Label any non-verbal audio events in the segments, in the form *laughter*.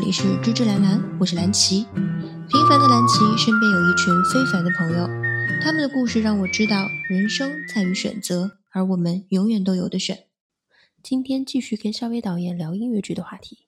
里是芝芝兰兰，我是兰奇。平凡的兰奇身边有一群非凡的朋友，他们的故事让我知道，人生在于选择，而我们永远都有的选。今天继续跟肖威导演聊音乐剧的话题。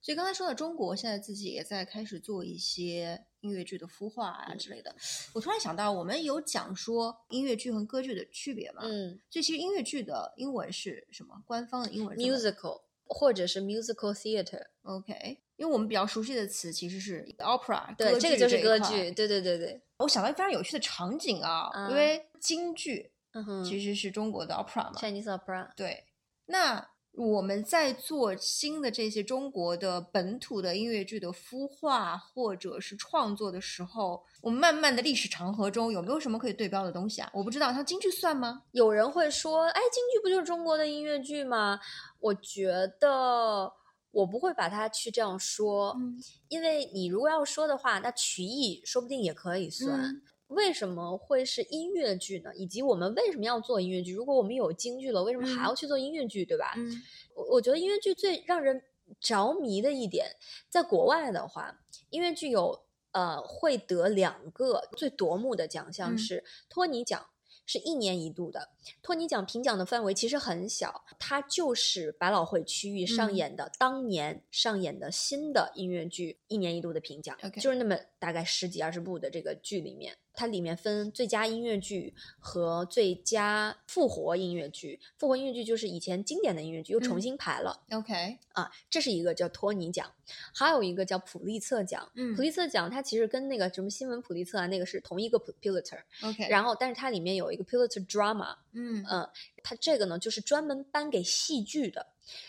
所以刚才说到中国，现在自己也在开始做一些音乐剧的孵化啊之类的。我突然想到，我们有讲说音乐剧和歌剧的区别嘛？嗯所以其实音乐剧的英文是什么？官方的英文是什么，musical 或者是 musical theater， OK，因为我们比较熟悉的词其实是 opera，对，歌这剧个就是一歌块剧，。对对对对，我想到非常有趣的场景啊，啊因为京剧嗯哼其实是中国的 opera 嘛。 ，Chinese opera，对，那我们在做新的这些中国的本土的音乐剧的孵化或者是创作的时候，我们慢慢的历史长河中有没有什么可以对标的东西啊？我不知道，像京剧算吗？有人会说，哎，京剧不就是中国的音乐剧吗？我觉得我不会把它去这样说，嗯因为你如果要说的话，那曲艺说不定也可以算。嗯为什么会是音乐剧呢？以及我们为什么要做音乐剧？如果我们有京剧了，为什么还要去做音乐剧，对吧？嗯我我觉得音乐剧最让人着迷的一点，在国外的话，音乐剧有呃会得两个最夺目的奖项嗯是、托尼奖。是一年一度的托尼奖评奖的范围其实很小，它就是百老汇区域上嗯演的、当年上演的新的音乐剧一年一度的评奖 OK 就是那么大概十几二十部的这个剧里面，它里面分最佳音乐剧和最佳复活音乐剧，复活音乐剧就是以前经典的音乐剧又重嗯新排了、 ，OK，啊，这是一个叫托尼奖，还有一个叫普利策奖。嗯普利策奖它其实跟那个什么新闻普利策啊，那个是同一个普 Pulitzer， ，OK，然后但是它里面有一个 Pulitzer Drama，嗯嗯，它这个呢就是专门颁给戏剧的，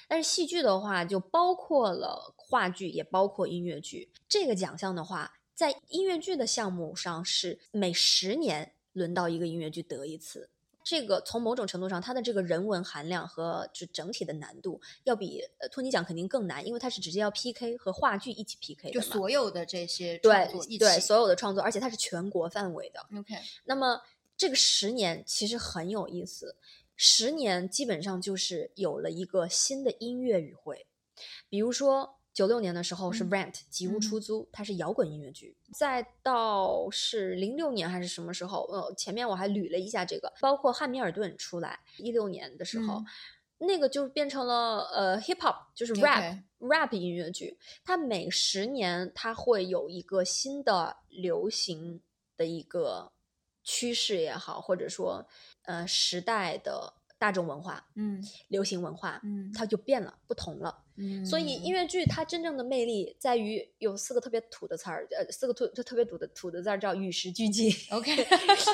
但是戏剧的话就包括了话剧，也包括音乐剧。这个奖项的话，在音乐剧的项目上是每十年轮到一个音乐剧得一次。这个从某种程度上，它的这个人文含量和就整体的难度要比呃托尼奖肯定更难，因为它是直接要 PK 和话剧一起 PK 就的嘛。所有的这些创对作一起对，所有的创作，而且它是全国范围的。 OK，那么这个十年其实很有意思，十年基本上就是有了一个新的音乐语汇，比如说。九六年的时候是嗯 Rent、吉屋出租，它是摇滚音乐剧。再到是零六年还是什么时候？呃，前面我还捋了一下这个，包括汉密尔顿出来，一六年的时嗯候，那个就变成了呃 hip hop，就是 rap OK rap 音乐剧。它每十年它会有一个新的流行的一个趋势也好，或者说呃时代的大众文化、嗯流行文化，嗯它就变了，不同了。嗯，所以音乐剧它真正的魅力在于有四个特别土的词儿，呃，四个土特别土的土的字儿叫与时俱进， *laughs* OK，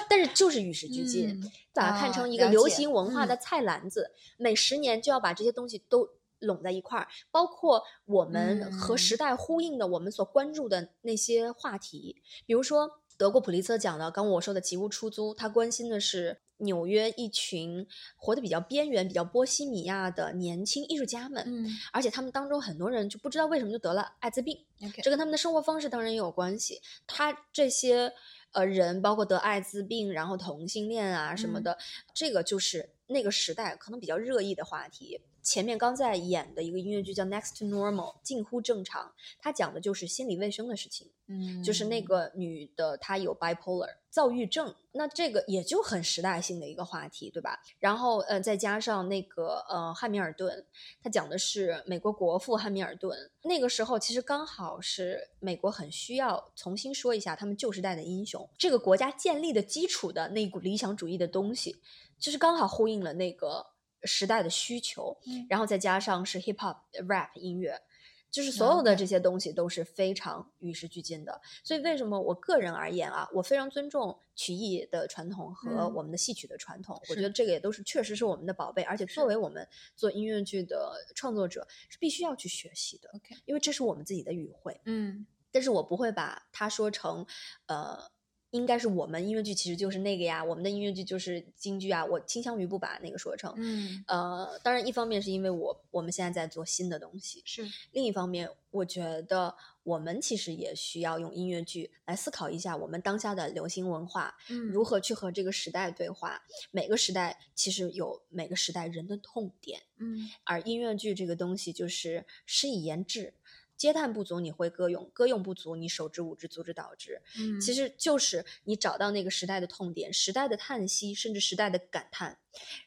但是就是与时俱进。嗯把它啊看成一个了流解嗯行文化的菜篮子，每十年就要把这些东西都拢在一块儿，包括我们和嗯时代呼应的我们所关注的那些话题，比如说德国普利策奖的，刚我说的《吉屋出租》，他关心的是。纽约一群活得比较边缘、比较波西米亚的年轻艺术家们，嗯而且他们当中很多人就不知道为什么就得了艾滋病， ，OK，这跟他们的生活方式当然也有关系。他这些呃人，包括得艾滋病，然后同性恋啊什么嗯的，这个就是那个时代可能比较热议的话题。前面刚在演的一个音乐剧叫《Next to Normal》，近乎正常，它讲的就是心理卫生的事情，嗯，就是那个女的她有 bipolar 躁郁症，那这个也就很时代性的一个话题，对吧？然后呃，再加上那个呃汉密尔顿，他讲的是美国国父汉密尔顿。那个时候其实刚好是美国很需要重新说一下他们旧时代的英雄，这个国家建立的基础的那一股理想主义的东西，就是刚好呼应了那个时代的需求。嗯然后再加上是 hip hop、rap 音乐，就是所有的了这解些东西都是非常与时俱进的。所以为什么我个人而言啊，我非常尊重曲艺的传统和嗯我们的戏曲的传统，我是觉得这个也都是确实是我们的宝贝，而且作是为我们做音乐剧的创作者是必须要去学习的 OK 因为这是我们自己的语汇。嗯但是我不会把它说成，呃，应该是我们音乐剧其实就是那个呀，我们的音乐剧就是京剧啊，我倾向于不把那个说成。嗯呃，当然，一方面是因为我我们现在在做新的东西，是另一方面，我觉得我们其实也需要用音乐剧来思考一下我们当下的流行文化嗯如何去和这个时代对话。每个时代其实有每个时代人的痛点，嗯而音乐剧这个东西就是师以言志，嗟叹不足，你会歌咏；歌咏不足，你手之舞之足之蹈之。嗯其实就是你找到那个时代的痛点、时代的叹息，甚至时代的感叹，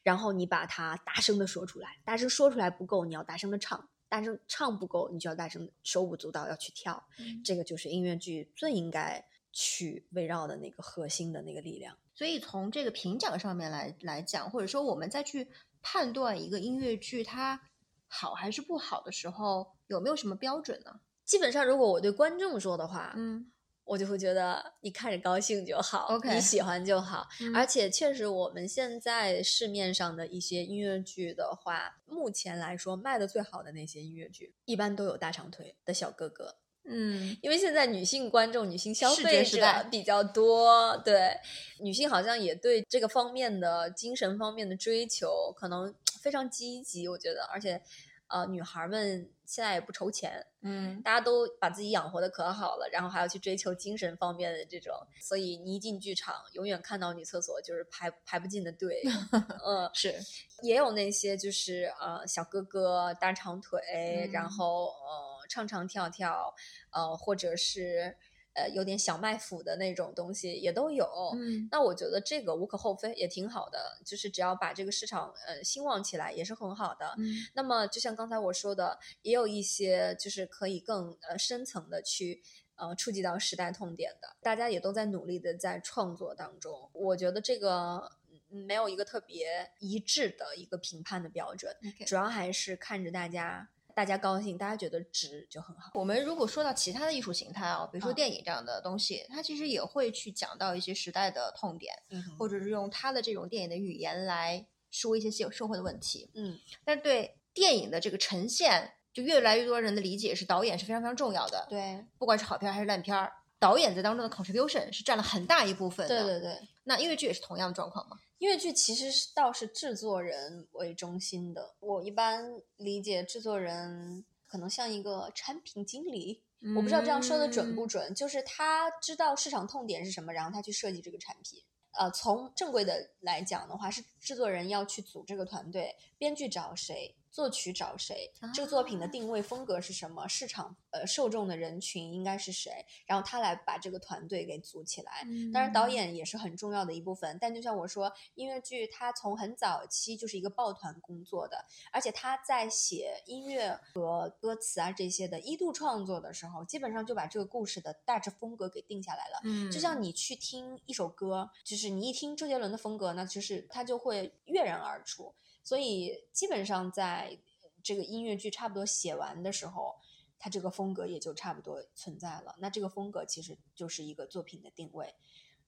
然后你把它大声的说出来。大声说出来不够，你要大声的唱；大声唱不够，你就要大声地手舞足蹈要去跳。嗯这个就是音乐剧最应该去围绕的那个核心的那个力量。所以从这个评奖上面来来讲，或者说我们再去判断一个音乐剧它好还是不好的时候，有没有什么标准呢？基本上，如果我对观众说的话，嗯，我就会觉得你看着高兴就好 OK 你喜欢就好。而而且确实，我们现在市面上的一些音乐剧的话，目前来说卖的最好的那些音乐剧，一般都有大长腿的小哥哥，嗯因为现在女性观众、女性消视觉费时者代比较多，对女性好像也对这个方面的精神方面的追求可能非常积极，我觉得，而且。呃，女孩儿们现在也不愁钱，嗯大家都把自己养活的可好了，然后还要去追求精神方面的这种，所以你一进剧场，永远看到女厕所就是排排不进 *laughs* 的队。嗯，是也有那些就是呃小哥哥大长腿，然嗯后呃唱唱跳跳，呃或者是呃有点小卖腐的那种东西也都有。嗯那我觉得这个无可厚非，也挺好的，就是只要把这个市场呃兴旺起来，也是很好的。嗯那么，就像刚才我说的，也有一些就是可以更呃深层的去呃触及到时代痛点的，大家也都在努力的在创作当中。我觉得这个嗯没有一个特别一致的一个评判的标准， ，OK。主要还是看着大家，大家高兴，大家觉得值就很好。我们如果说到其他的艺术形态啊，比如说嗯电影这样的东西，它其实也会去讲到一些时代的痛点，嗯或者是用它的这种电影的语言来说一些社社会的问题。嗯，但是对电影的这个呈现，就越来越多人的理解是导演是非常非常重要的。对，不管是好片儿还是烂片儿，导演在当中的 contribution 是占了很大一部分的。对对对。那音乐剧也是同样的状况嘛？音乐剧其实是倒是制作人为中心的，我一般理解制作人可能像一个产品经理，我不知道这样说的准不嗯？准，就是他知道市场痛点是什么，然后他去设计这个产品。呃，从正规的来讲的话，是制作人要去组这个团队，编剧找谁，作曲找谁，这个作品的啊定位风格是什么，市场呃受众的人群应该是谁，然后他来把这个团队给组起来。嗯当然，导演也是很重要的一部分，但就像我说，音乐剧它从很早期就是一个抱团工作的，而且他在写音乐和歌词啊这些的一度创作的时候，基本上就把这个故事的大致风格给定下来了。嗯，就像你去听一首歌，就是你一听周杰伦的风格，那就是它就会跃然而出。所以基本上在这个音乐剧差不多写完的时候，它这个风格也就差不多存在了。那这个风格其实就是一个作品的定位，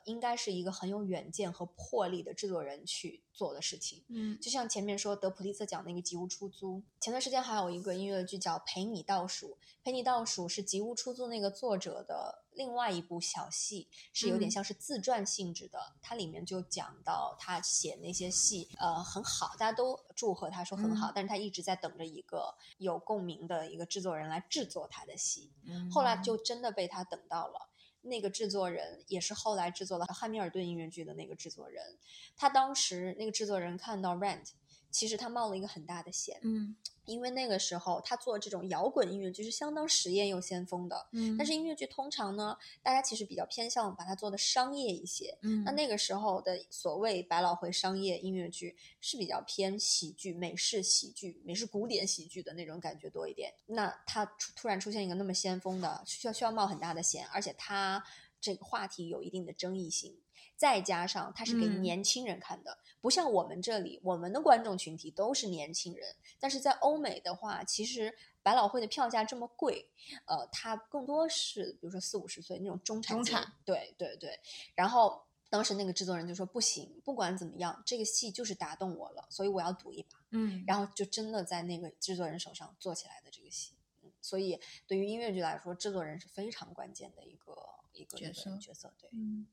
应该是一个很有远见和魄力的制作人去做的事情。嗯就像前面说得普利策奖那个《吉屋出租》，前段时间还有一个音乐剧叫《陪你倒数》，《陪你倒数》是《吉屋出租》那个作者的另外一部小戏，是有点嗯像是自传性质的。它里面就讲到他写那些戏，呃，很好，大家都祝贺他说很好，嗯但是他一直在等着一个有共鸣的一个制作人来制作他的戏。嗯后来就真的被他等到了。那个制作人也是后来制作了汉密尔顿音乐剧的那个制作人，他当时那个制作人看到 Rent，其实他冒了一个很大的险，嗯因为那个时候他做这种摇滚音乐剧是相当实验又先锋的，嗯，但是音乐剧通常呢，大家其实比较偏向把它做的商业一些。嗯那那个时候的所谓百老汇商业音乐剧是比较偏喜剧、美式喜剧、美式古典喜剧的那种感觉多一点。那他出突然出现一个那么先锋的，需要需要冒很大的险，而且他这个话题有一定的争议性。再加上它是给嗯年轻人看的，不像我们这里，我们的观众群体都是年轻人。但是在欧美的话，其实百老汇的票价这么贵，呃，它更多是比如说四五十岁那种中产中阶级，产对对对。然后当时那个制作人就说不行，不管怎么样，这个戏就是打动我了，所以我要赌一把。嗯，然后就真的在那个制作人手上做起来的这个戏。嗯，所以对于音乐剧来说，制作人是非常关键的一个一个角一个色角色。对，嗯，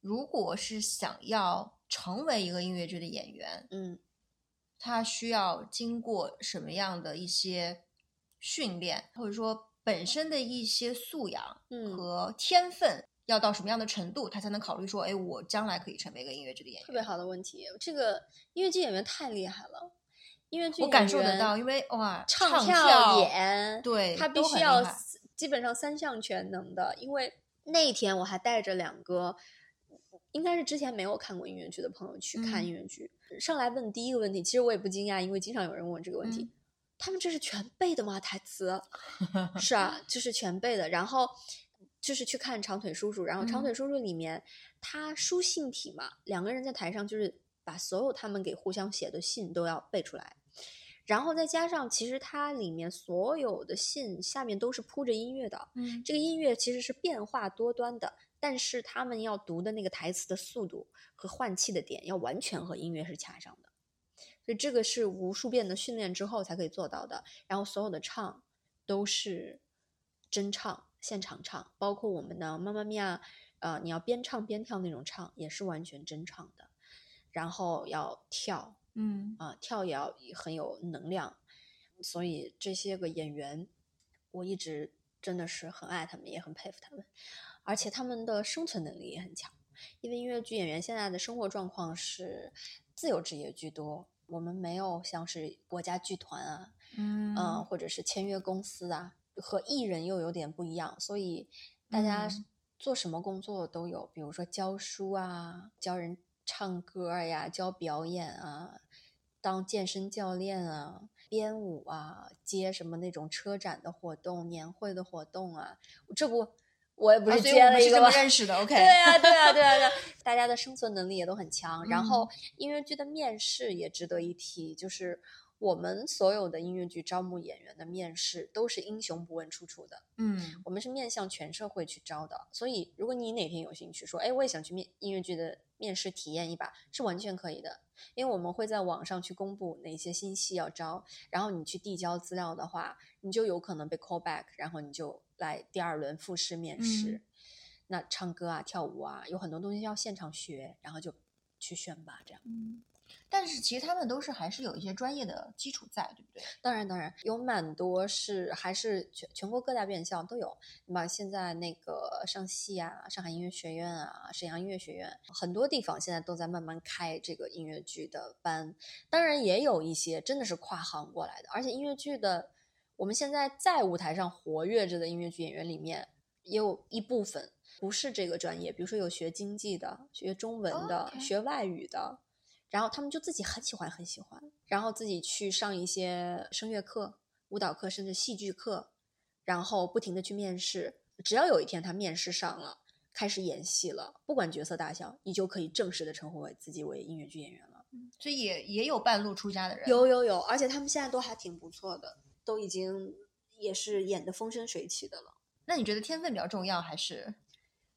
如果是想要成为一个音乐剧的演员，嗯。他需要经过什么样的一些训练，或者说本身的一些素养嗯和天分，要到什么样的程度，他才能考虑说，哎，我将来可以成为一个音乐剧的演特员？别好的问题，这个音乐剧演员太厉害了。音乐剧我演感受得员到，因为哇，唱跳演，对他必都须很要厉害四基本上三项全能的。因为那天我还带着两个，应该是之前没有看过音乐剧的朋友去嗯看音乐剧，上来问第一个问题，其实我也不惊讶，因为经常有人问我这个问题。嗯他们这是全背的吗？台词是啊，就是全背的。然后就是去看长腿叔叔，然后长嗯腿叔叔里面、他书信体嘛，两个人在台上就是把所有他们给互相写的信都要背出来，然后再加上其实它里面所有的信下面都是铺着音乐的，嗯，这个音乐其实是变化多端的，但是他们要读的那个台词的速度和换气的点要完全和音乐是恰上的，所以这个是无数遍的训练之后才可以做到的。然后所有的唱都是真唱，现场唱，包括我们的《妈妈咪呀》，呃，你要边唱边跳那种唱，也是完全真唱的。然后要跳，嗯啊、跳也要也很有能量，所以这些个演员，我一直真的是很爱他们，也很佩服他们，而且他们的生存能力也很强，因为音乐剧演员现在的生活状况是自由职业居多，我们没有像是国家剧团啊，嗯呃，或者是签约公司啊，和艺人又有点不一样，所以大家嗯做什么工作都有，比如说教书啊，教人唱歌儿呀，教表演啊，当健身教练啊，编舞啊，接什么那种车展的活动、年会的活动啊，这不我也不啊是所以接我们了一是个这吗？么认 *laughs* 识的，OK，对啊，对啊，对啊，对啊，大家的生存能力也都很强。然后音乐剧的面试也值得一提，就是我们所有的音乐剧招募演员的面试都是英雄不问出处的，嗯我们是面向全社会去招的。所以，如果你哪天有兴趣说，哎，我也想去面音乐剧的面试体验一把，是完全可以的。因为我们会在网上去公布哪些新戏要招，然后你去递交资料的话，你就有可能被 call back，然后你就来第二轮复试面试。嗯那唱歌啊、跳舞啊，有很多东西要现场学，然后就去选拔这样。嗯，但是其实他们都是还是有一些专业的基础在，对不对？当然，当然有蛮多是还是全全国各大院校都有。那么现在那个上戏啊、上海音乐学院啊、沈阳音乐学院，很多地方现在都在慢慢开这个音乐剧的班。当然，也有一些真的是跨行过来的，而且音乐剧的我们现在在舞台上活跃着的音乐剧演员里面，也有一部分不是这个专业，比如说有学经济的、学中文的、 OK 学外语的。然后他们就自己很喜欢很喜欢，然后自己去上一些声乐课、舞蹈课，甚至戏剧课，然后不停的去面试。只要有一天他面试上了，开始演戏了，不管角色大小，你就可以正式的称呼为自己为音乐剧演员了。所以也也有半路出家的人，有有有，而且他们现在都还挺不错的，都已经也是演的风生水起的了。那你觉得天分比较重要还是？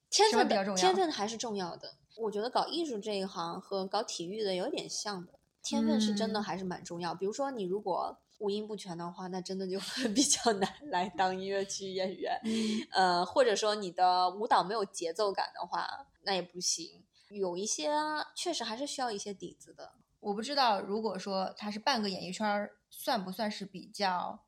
天什么分比的较重天要分还是重要的。我觉得搞艺术这一行和搞体育的有点像的，天分是真的嗯还是蛮重要。比如说你如果五音不全的话，那真的就 *laughs* 会比较难来当音乐剧演员。嗯呃，或者说你的舞蹈没有节奏感的话，那也不行。有一些确实还是需要一些底子的。我不知道，如果说他是半个演艺圈儿，算不算是比较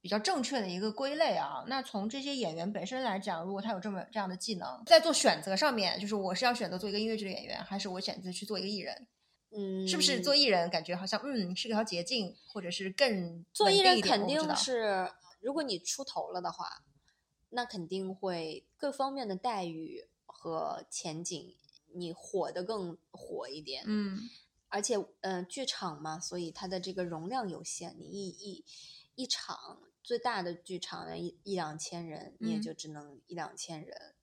比较正确的一个归类啊？那从这些演员本身来讲，如果他有这么这样的技能，在做选择上面，就是我是要选择做一个音乐剧的演员，还是我选择去做一个艺人？嗯，是不是做艺人感觉好像嗯是条捷径，或者是更做稳艺定人一点肯我不知定道是，如果你出头了的话，那肯定会各方面的待遇和前景，你火的更火一点。，嗯而且嗯、呃剧场嘛，所以它的这个容量有限，你一一一场最大的剧场一一两千人，你也嗯就只能一两千人。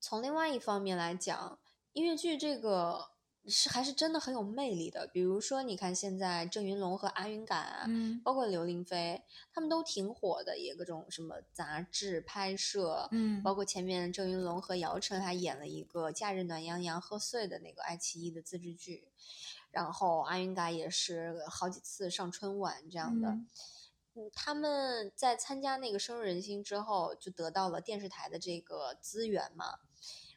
从另外一方面来讲，音乐剧这个是还是真的很有魅力的。比如说，你看现在郑云龙和阿云敢啊，嗯包括刘玲飞，他们都挺火的，也各种什么杂志拍摄，嗯包括前面郑云龙和姚晨还演了一个《假日暖洋洋》贺岁的那个爱奇艺的自制剧，然后阿云嘎也是好几次上春晚这样的。嗯嗯他们在参加那个《深入人心》之后，就得到了电视台的这个资源嘛，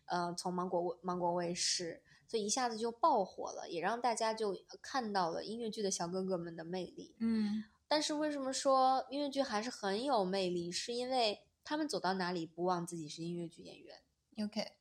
呃，从芒果卫芒果卫视，所以一下子就爆火了，也让大家就看到了音乐剧的小哥哥们的魅力。嗯但是为什么说音乐剧还是很有魅力？是因为他们走到哪里不忘自己是音乐剧演员。 OK，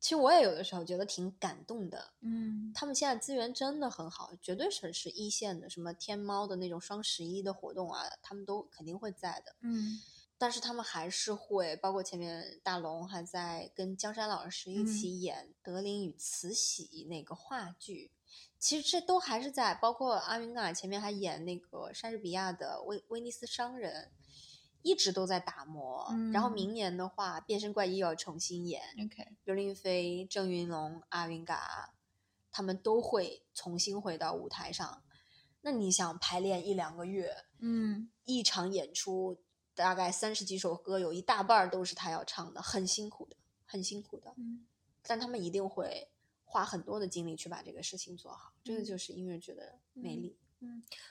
其实我也有的时候觉得挺感动的，嗯他们现在资源真的很好，绝对是是一线的，什么天猫的那种双十一的活动啊，他们都肯定会在的。嗯但是他们还是会，包括前面大龙还在跟江山老师一起演《德林与慈禧》那个话剧，其实这都还是在，包括阿云嘎前面还演那个莎士比亚的《威威尼斯商人》，一直都在打磨。然后嗯明年的话，《变身怪医》又要重新演， ，OK，刘令飞、郑云龙、阿云嘎，他们都会重新回到舞台上。那你想排练一两个月，嗯一场演出大概三十几首歌，有一大半儿都是他要唱的，很辛苦的，很辛苦的。嗯但他们一定会花很多的精力去把这个事情做好，这个嗯就是音乐剧的魅嗯力。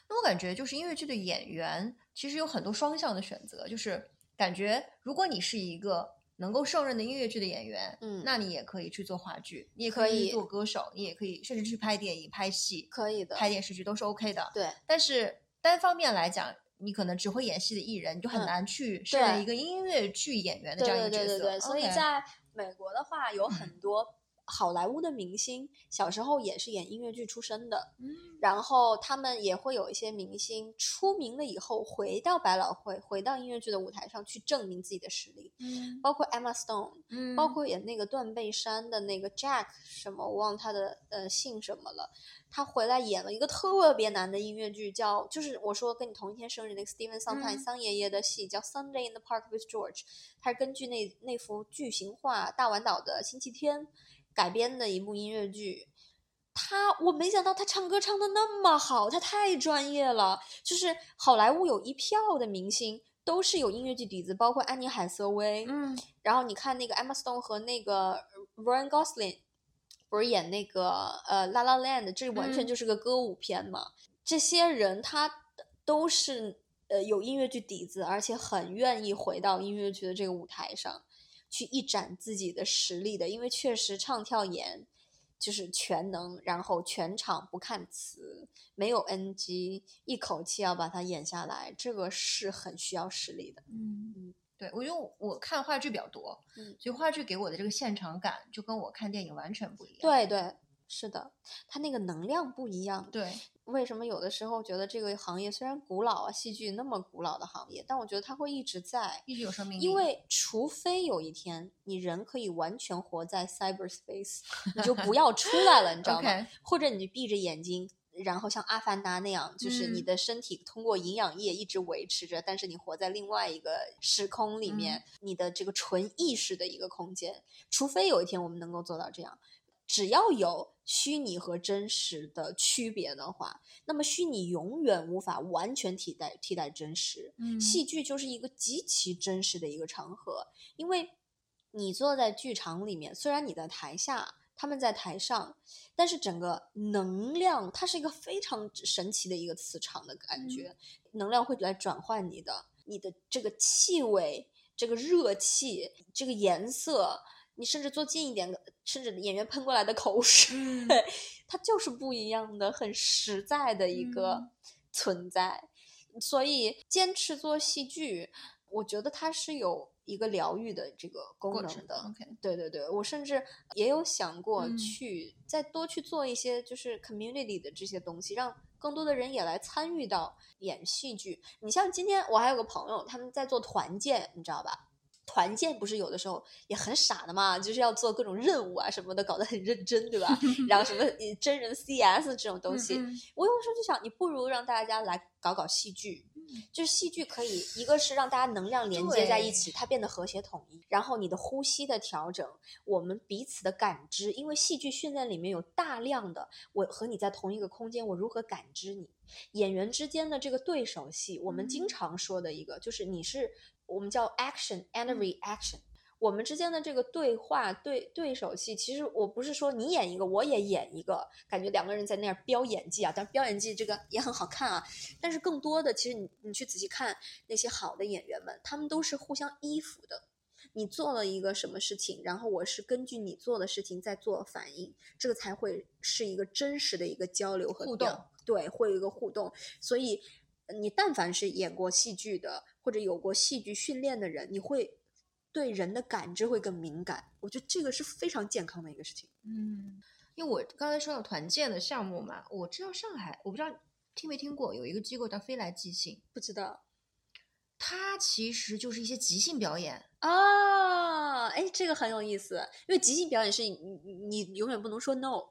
那我感觉就是音乐剧的演员其实有很多双向的选择，就是感觉如果你是一个能够胜任的音乐剧的演员，嗯那你也可以去做话剧，你也可以以做歌手，你也可以甚至去拍电影、拍戏、可以的，拍电视剧都是 OK 的。对但是单方面来讲，你可能只会演戏的艺人，你就很嗯难去胜任对一个音乐剧演员的对这样一对个角对色。对对，所以 OK 嗯在美国的话，有很多好莱坞的明星小时候也是演音乐剧出身的，嗯然后他们也会有一些明星出名了以后回到百老汇，回到音乐剧的舞台上去证明自己的实力，包括 Emma Stone，嗯包括演那个断背山的那个 Jack 什么，我忘他的呃姓什么了。他回来演了一个特别难的音乐剧，叫就是我说跟你同一天生日那个 Steven Sondheim、嗯桑爷爷的戏叫《Sunday in the Park with George》，它是根据那那幅巨型画《大丸岛的星期天》改编的一部音乐剧。他，我没想到他唱歌唱的那么好，他太专业了。就是好莱坞有一票的明星都是有音乐剧底子，包括安妮海瑟薇，嗯然后你看那个 Emma Stone 和那个 Ryan Gosling，不是演那个呃《La La Land》，这完全嗯就是个歌舞片嘛。这些人他都是呃有音乐剧底子，而且很愿意回到音乐剧的这个舞台上去一展自己的实力的，因为确实唱跳演。就是全能，然后全场不看词，没有 NG，一口气要把它演下来，这个是很需要实力的。嗯，对我因为我我看话剧比较多，嗯所以话剧给我的这个现场感就跟我看电影完全不一样。对对，是的，它那个能量不一样。对，为什么有的时候觉得这个行业虽然古老啊，戏剧那么古老的行业，但我觉得它会一直在，一直有生命力。因为除非有一天你人可以完全活在 cyberspace，你就不要出来了，你知道吗 OK 或者你就闭着眼睛。然后像阿凡达那样，就是你嗯的身体通过营养液一直维持着，但是你活在另外一个时空里面，嗯你的这个纯意识的一个空间。除非有一天我们能够做到这样，只要有虚拟和真实的区别的话，那么虚拟永远无法完全替代替代真实。嗯戏剧就是一个极其真实的一个场合，因为你坐在剧场里面，虽然你在台下，他们在台上，但是整个能量它是一个非常神奇的一个磁场的感觉，能量会来转换你的，你的这个气味、这个热气、这个颜色，你甚至坐近一点，甚至演员喷过来的口水，嗯它就是不一样的，很实在的一个嗯存在。所以坚持做戏剧，我觉得它是有一个疗愈的这个功过能程的。 OK，对对对，我甚至也有想过嗯去再多去做一些就是 community 的这些东西，让更多的人也来参与到演戏剧。你像今天我还有个朋友，他们在做团建，你知道吧？团建不是有的时候也很傻的嘛，就是要做各种任务啊什么的，搞得很认真， *laughs* 对吧？然后什么呃真人 CS 这种东西，嗯我有时候就想，你不如让大家来搞搞戏剧，就是戏剧可以，一个是让大家能量连接在一起，它变得和谐统一，然后你的呼吸的调整，我们彼此的感知，因为戏剧训练里面有大量的我和你在同一个空间，我如何感知你，演员之间的这个对手戏，我们经嗯常说的一个就是你是我们叫 action and reaction。我们之间的这个对话、对对手戏，其实我不是说你演一个，我也演一个，感觉两个人在那儿飙演技啊。但飙演技这个也很好看啊。但是更多的，其实你你去仔细看那些好的演员们，他们都是互相依附的。你做了一个什么事情，然后我是根据你做的事情在做反应，这个才会是一个真实的一个交流和互表动，对，会有一个互动。所以呃你但凡是演过戏剧的，或者有过戏剧训练的人，你会对人的感知会更敏感。我觉得这个是非常健康的一个事情。嗯，因为我刚才说到团建的项目嘛，我知道上海，我不知道听没听过，有一个机构叫飞来即兴，不知道它其实就是一些即兴表演。啊，哎，这个很有意思，因为即兴表演是你你你永远不能说 no，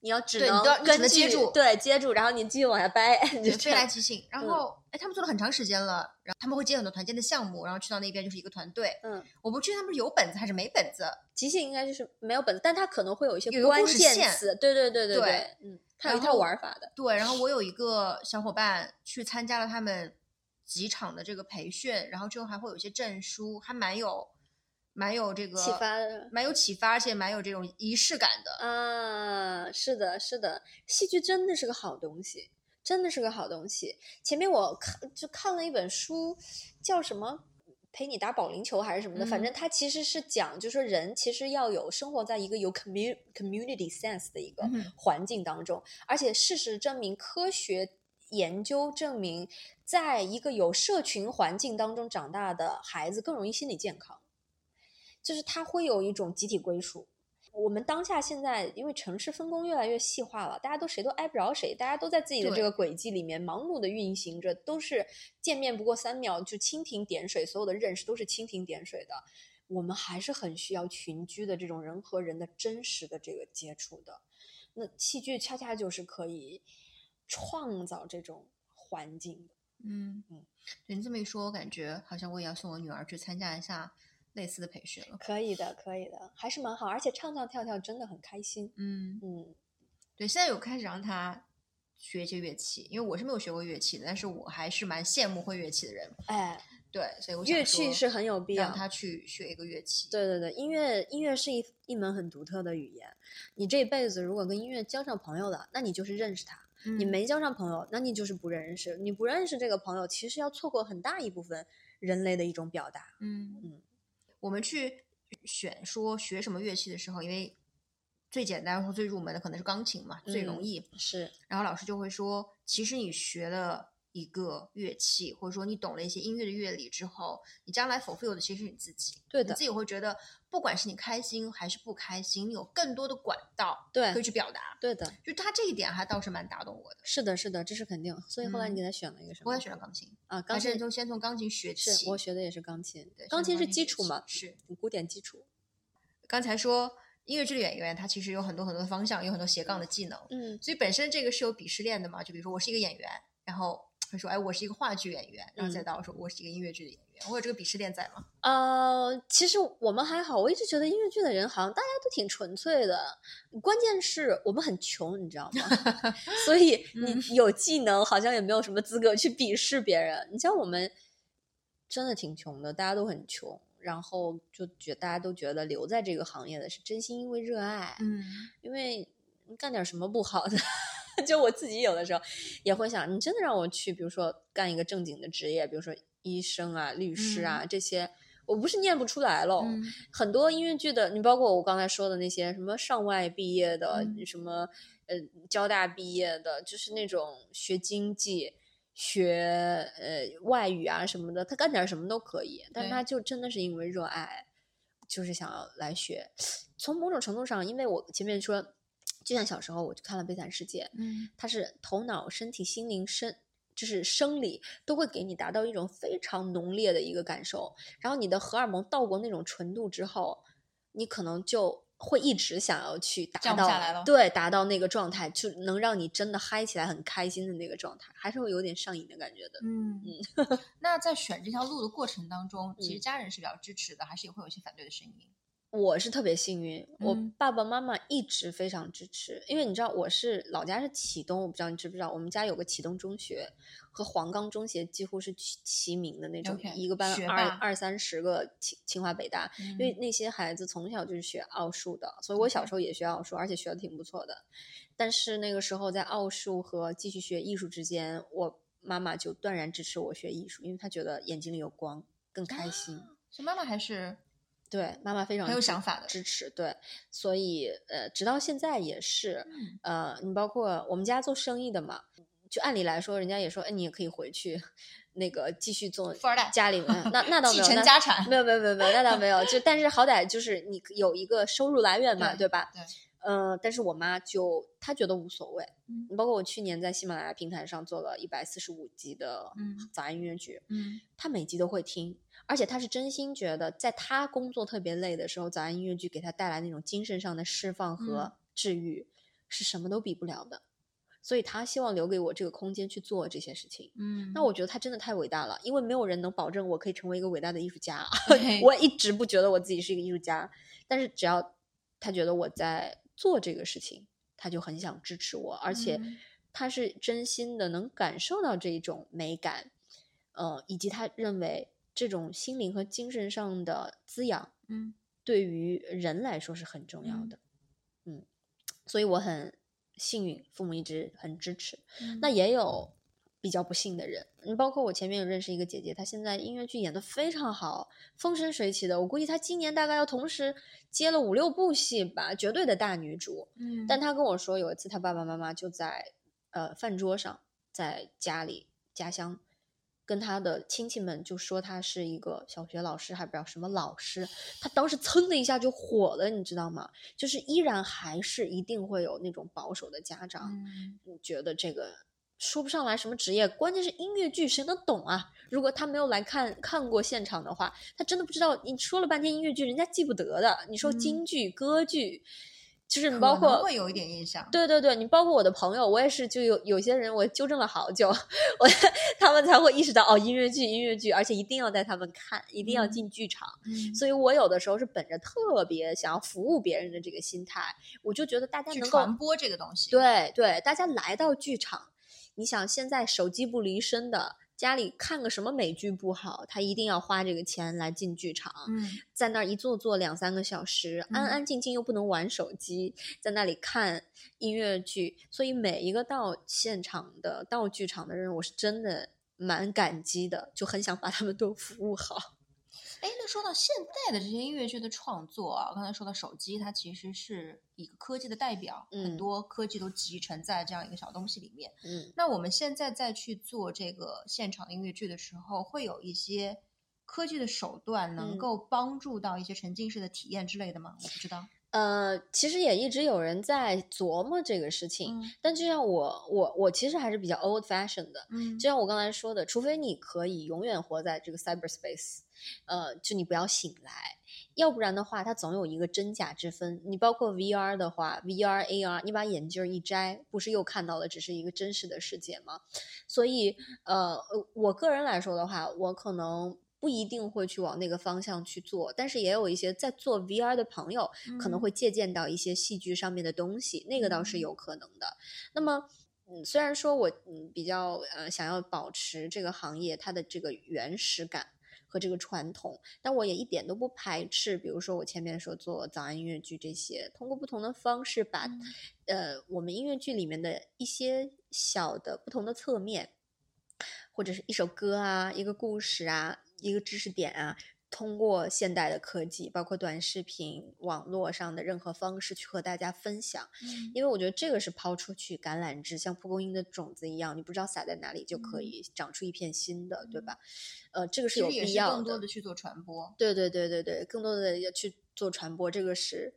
你要只对你能都要你只根能接据住对接住，然后你继续往下掰，你对就这飞来样。即兴，然嗯后哎，他们做了很长时间了，然后他们会接很多团建的项目，然后去到那边就是一个团队。嗯，我不确定他们是有本子还是没本子，即兴应该就是没有本子，但它可能会有一些有一个关故事键线词，对对对对对对，嗯，它有一然套后玩法的，对，然后我有一个小伙伴去参加了他们几场的这个培训，然后之后还会有一些证书，还蛮有蛮有这个启发的蛮有启发，而且蛮有这种仪式感的。啊，是的，是的，戏剧真的是个好东西，真的是个好东西。前面我看就看了一本书，叫什么？陪你打保龄球还是什么的，反嗯正它其实是讲，就是说人其实要有生活在一个有 commu community sense 的一个嗯环境当中，而且事实证明，科学研究证明，在一个有社群环境当中长大的孩子更容易心理健康，就是他会有一种集体归属。我们当下现在，因为城市分工越来越细化了，大家都谁都挨不着谁，大家都在自己的这对个轨迹里面忙碌的运行着，都是见面不过三秒就蜻蜓点水，所有的认识都是蜻蜓点水的。我们还是很需要群居的这种人和人的真实的这个接触的。那戏剧恰恰就是可以创造这种环境的。嗯嗯对你这么一说，我感觉好像我也要送我女儿去参加一下类似的培训了。可以的，可以的，还是蛮好，而且唱唱跳跳真的很开心。嗯，嗯，对，现在有开始让她学一些乐器，因为我是没有学过乐器的，但是我还是蛮羡慕会乐器的人。哎，对，所以我想乐器说是很有必要让。她去学一个乐器。对对对，音乐音乐是一一门很独特的语言。你这辈子如果跟音乐交上朋友了，那你就是认识他；嗯，你没交上朋友，那你就是不认识。你不认识这个朋友，其实要错过很大一部分人类的一种表达。嗯嗯，我们去选说学什么乐器的时候，因为最简单或最入门的可能是钢琴嘛，最容嗯易。是，然后老师就会说，其实你学了一个乐器，或者说你懂了一些音乐的乐理之后，你将来 fulfill 的其实是你自己。对你的自己会觉得，不管是你开心还是不开心，你有更多的管道对可以去表达。对的，就他这一点还倒是蛮打动我的。是的，是的，这是肯定。所以后来你嗯给他选了一个什么？我也选了钢琴，啊，还钢是琴就先从钢琴学起。是我学的也是钢琴对，钢先琴从是基学础起嘛，是。古典基础。刚才说音乐剧的演员，他其实有很多很多的方向，有很多斜杠的技能，嗯所以本身这个是有鄙视链的嘛。就比如说我是一个演员，然后会说哎我是一个话剧演员，然后再到说我是一个音乐剧的演员，我有这个鄙视链在吗？呃，其实我们还好，我一直觉得音乐剧的人好像大家都挺纯粹的，关键是我们很穷，你知道吗？ *laughs* 所以你有技能，好像也没有什么资格去鄙视别人。你像我们真的挺穷的，大家都很穷，然后就觉大家都觉得留在这个行业的是真心因为热爱，嗯，因为你干点什么不好的， *laughs* 就我自己有的时候也会想，你真的让我去，比如说干一个正经的职业，比如说医生啊、律师啊、这些，我不是念不出来哦喽。嗯很多音乐剧的，你包括我刚才说的那些什么上外毕业的，嗯什么呃交大毕业的，就是那种学经济。学呃外语啊什么的，他干点什么都可以，但是对他就真的是因为热爱，就是想要来学。从某种程度上，因为我前面说，就像小时候我去看了《悲惨世界》，嗯它是头脑、身体、心灵、身。就是生理都会给你达到一种非常浓烈的一个感受，然后你的荷尔蒙到过那种纯度之后，你可能就会一直想要去达降不到，下来了对，达到那个状态，就能让你真的嗨起来、很开心的那个状态，还是会有点上瘾的感觉的。嗯。 *laughs* 那在选这条路的过程当中，其实嗯家人是比较支持的，还是也会有一些反对的声音？我是特别幸运，我嗯爸爸妈妈一直非常支持，因为你知道我是老家是启东，我不知道你知不知道，我们家有个启东中学和黄冈中学几乎是齐齐名的那种 OK，一个班学二霸二三十个清清华北大，因因为那些孩子从小就是学奥数的，所以我小 OK 时候也学奥数，而且学的挺不错的。但是那个时候在奥数和继续学艺术之间，我妈妈就断然支持我学艺术，因为她觉得眼睛里有光更开心。所以妈妈还是对，妈妈非常很啊有支想法的。支持，对，所嗯以呃，直到现在也是，呃，你包括我们家做生意的嘛，就按理来说，人家也说，哎，你也可以回去，那个继续做富二代家里面， *laughs* 那那倒没继有，承那家产没有没有没有没有，那倒没有，就但是好歹就是你有一个收入来源嘛，对对吧？对嗯、但是我妈就她觉得无所谓，嗯包括我去年在喜马拉雅平台上做了一百四十五集的嗯早安音乐剧，嗯她每集都会听，而且她是真心觉得，在她工作特别累的时候，早安音乐剧给她带来那种精神上的释放嗯和治愈，是什么都比不了的。所以她希望留给我这个空间去做这些事情。嗯，那我觉得她真的太伟大了，因为没有人能保证我可以成为一个伟大的艺术家。对我一直不觉得我自己是一个艺术家，但是只要他觉得我在做这个事情，他就很想支持我，而且嗯他是真心的能感受到这一种美感，呃，以及他认为这种心灵和精神上的滋养嗯对于人来说是很重要嗯的，嗯，所以我很幸运，父母一直很支持。嗯那也有比较不幸的人，嗯包括我前面有认识一个姐姐，她现在音乐剧演得非常好，风生水起的。我估计她今年大概要同时接了五六部戏吧，绝对的大女主。嗯但她跟我说，有一次她爸爸妈妈就在呃饭桌上，在家里家乡。跟她的亲戚们就说她是一个小学老师，还不知道什么老师。她当时噌的一下就火了，你知道吗？就是依然还是一定会有那种保守的家长，嗯你觉得这个说不上来什么职业，关键是音乐剧谁能懂啊？如果他没有来看看过现场的话，他真的不知道你说了半天音乐剧，人家记不得的。你说嗯京剧、歌剧，就是你可包能括会有一点印象，对对对，你包括我的朋友，我也是，就有有些人我纠正了好久， *laughs* 我他们才会意识到哦，音乐剧音乐剧，而且一定要带他们看，一定要嗯进剧场。嗯所以我有的时候是本着特别想要服务别人的这个心态，我就觉得大家去能够传播这个东西，，对对，大家来到剧场，你想现在手机不离身的，家里看个什么美剧不好，他一定要花这个钱来进剧场，嗯在那儿一坐坐两三个小时，安嗯安静静又不能玩手机，在那里看音乐剧，所以每一个到现场的到剧场的人，我是真的蛮感激的，就很想把他们都服务好。哎，那说到现代的这些音乐剧的创作啊，刚才说到手机，它其实是一个科技的代表，很嗯多科技都集成在这样一个小东西里面。嗯那我们现在再去做这个现场音乐剧的时候，会有一些科技的手段能嗯够帮助到一些沉浸式的体验之类的吗？我不知道。 *laughs* 呃，其实也一直有人在琢磨这个事情。嗯但就像我，我我其实还是比较 old fashioned 的，嗯就像我刚才说的，除非你可以永远活在这个 cyberspace，呃，就你不要醒来，要不然的话，它总有一个真假之分。你包括 VR 的话，VR、AR，你把眼镜儿一摘，不是又看到了只是一个真实的世界吗？所以，呃，呃我个人来说的话，我可能。不一定会去往那个方向去做，但是也有一些在做 VR 的朋友，可嗯能会借鉴到一些戏剧上面的东西，那个倒嗯是有可能的。那么，嗯，虽然说我嗯比较呃想要保持这个行业它的这个原始感和这个传统，但我也一点都不排斥，比如说我前面说做早安音乐剧这些，通过不同的方式把、嗯呃我们音乐剧里面的一些小的不同的侧面，或者是一首歌啊，一个故事啊，一个知识点啊，通过现代的科技，包括短视频、网络上的任何方式去和大家分享。嗯因为我觉得这个是抛出去橄榄枝，像蒲公英的种子一样，你不知道撒在哪里就可嗯以长出一片新的，对嗯吧？呃，这个是其有实也必是要更多的去做传播。对对对对对，更多的要去做传播，这个是。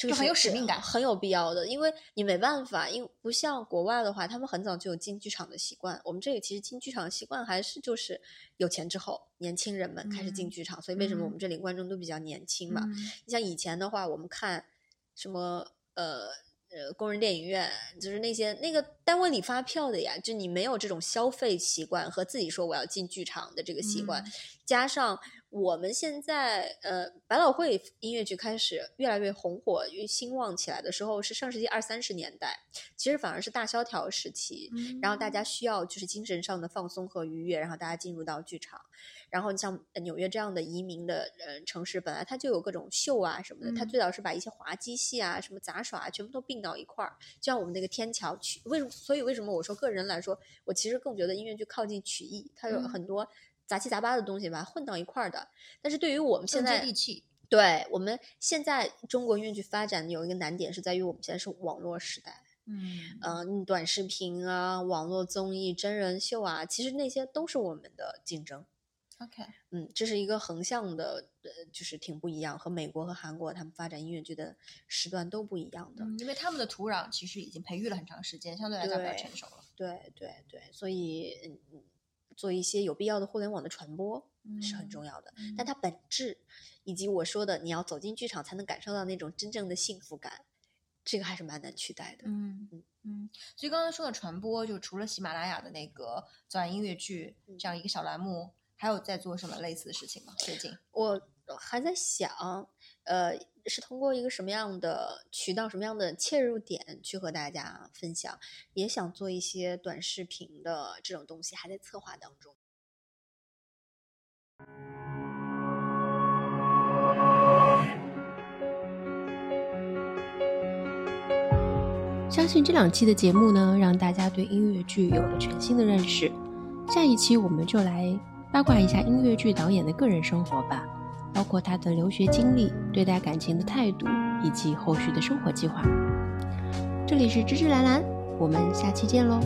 这个就很是有使是命感很有必要的，因为你没办法，因为不像国外的话，他们很早就有进剧场的习惯。我们这里其实进剧场的习惯还是就是有钱之后，年轻人们开始进嗯剧场，所以为什么我嗯们这里观众都比较年轻嘛？嗯你像以前的话，我们看什么呃呃工人电影院，就是那些那个单位里发票的呀，就你没有这种消费习惯和自己说我要进剧场的这个习惯，嗯加上我们现在呃百老汇音乐剧开始越来越红火、越兴旺起来的时候，是上世纪二三十年代，其实反而是大萧条时期。嗯然后大家需要就是精神上的放松和愉悦，然后大家进入到剧场。然后你像呃纽约这样的移民的呃城市，本来它就有各种秀啊什么的，它嗯最早是把一些滑稽戏啊、什么杂耍啊，全部都并到一块儿。就像我们那个天桥曲，为什么？所以为什么我说个人来说，我其实更觉得音乐剧靠近曲艺，它有嗯很多杂七杂八的东西把它混到一块儿的。但是对于我们现嗯更接在地气。对我们现在中国音乐剧发展有一个难点是在于我们现在是网络时代，嗯呃，嗯短视频啊、网络综艺、真人秀啊，其实那些都是我们的竞争。 ，OK，嗯，这是一个横向的，呃，就是挺不一样，和美国和韩国他们发展音乐剧的时段都不一样的。嗯，因为他们的土壤其实已经培育了很长时间，相对来讲比较对成熟了，对对对，所以嗯嗯做一些有必要的互联网的传播是很重要。要的。嗯但它本质以及我说的，你要走进剧场才能感受到那种真正的幸福感，这个还是蛮难取代的。嗯嗯嗯，所以刚刚说的传播，就除了喜马拉雅的那个早安音乐剧嗯这样一个小栏目，还有在做什么类似的事情吗？最近我还在想，呃，是通过一个什么样的渠道、什么样的切入点去和大家分享，也想做一些短视频的这种东西，还在策划当中。相信这两期的节目呢，让大家对音乐剧有了全新的认识。下一期我们就来八卦一下音乐剧导演的个人生活吧，包括他的留学经历、对待感情的态度，以及后续的生活计划。这里是芝芝兰兰，我们下期见喽。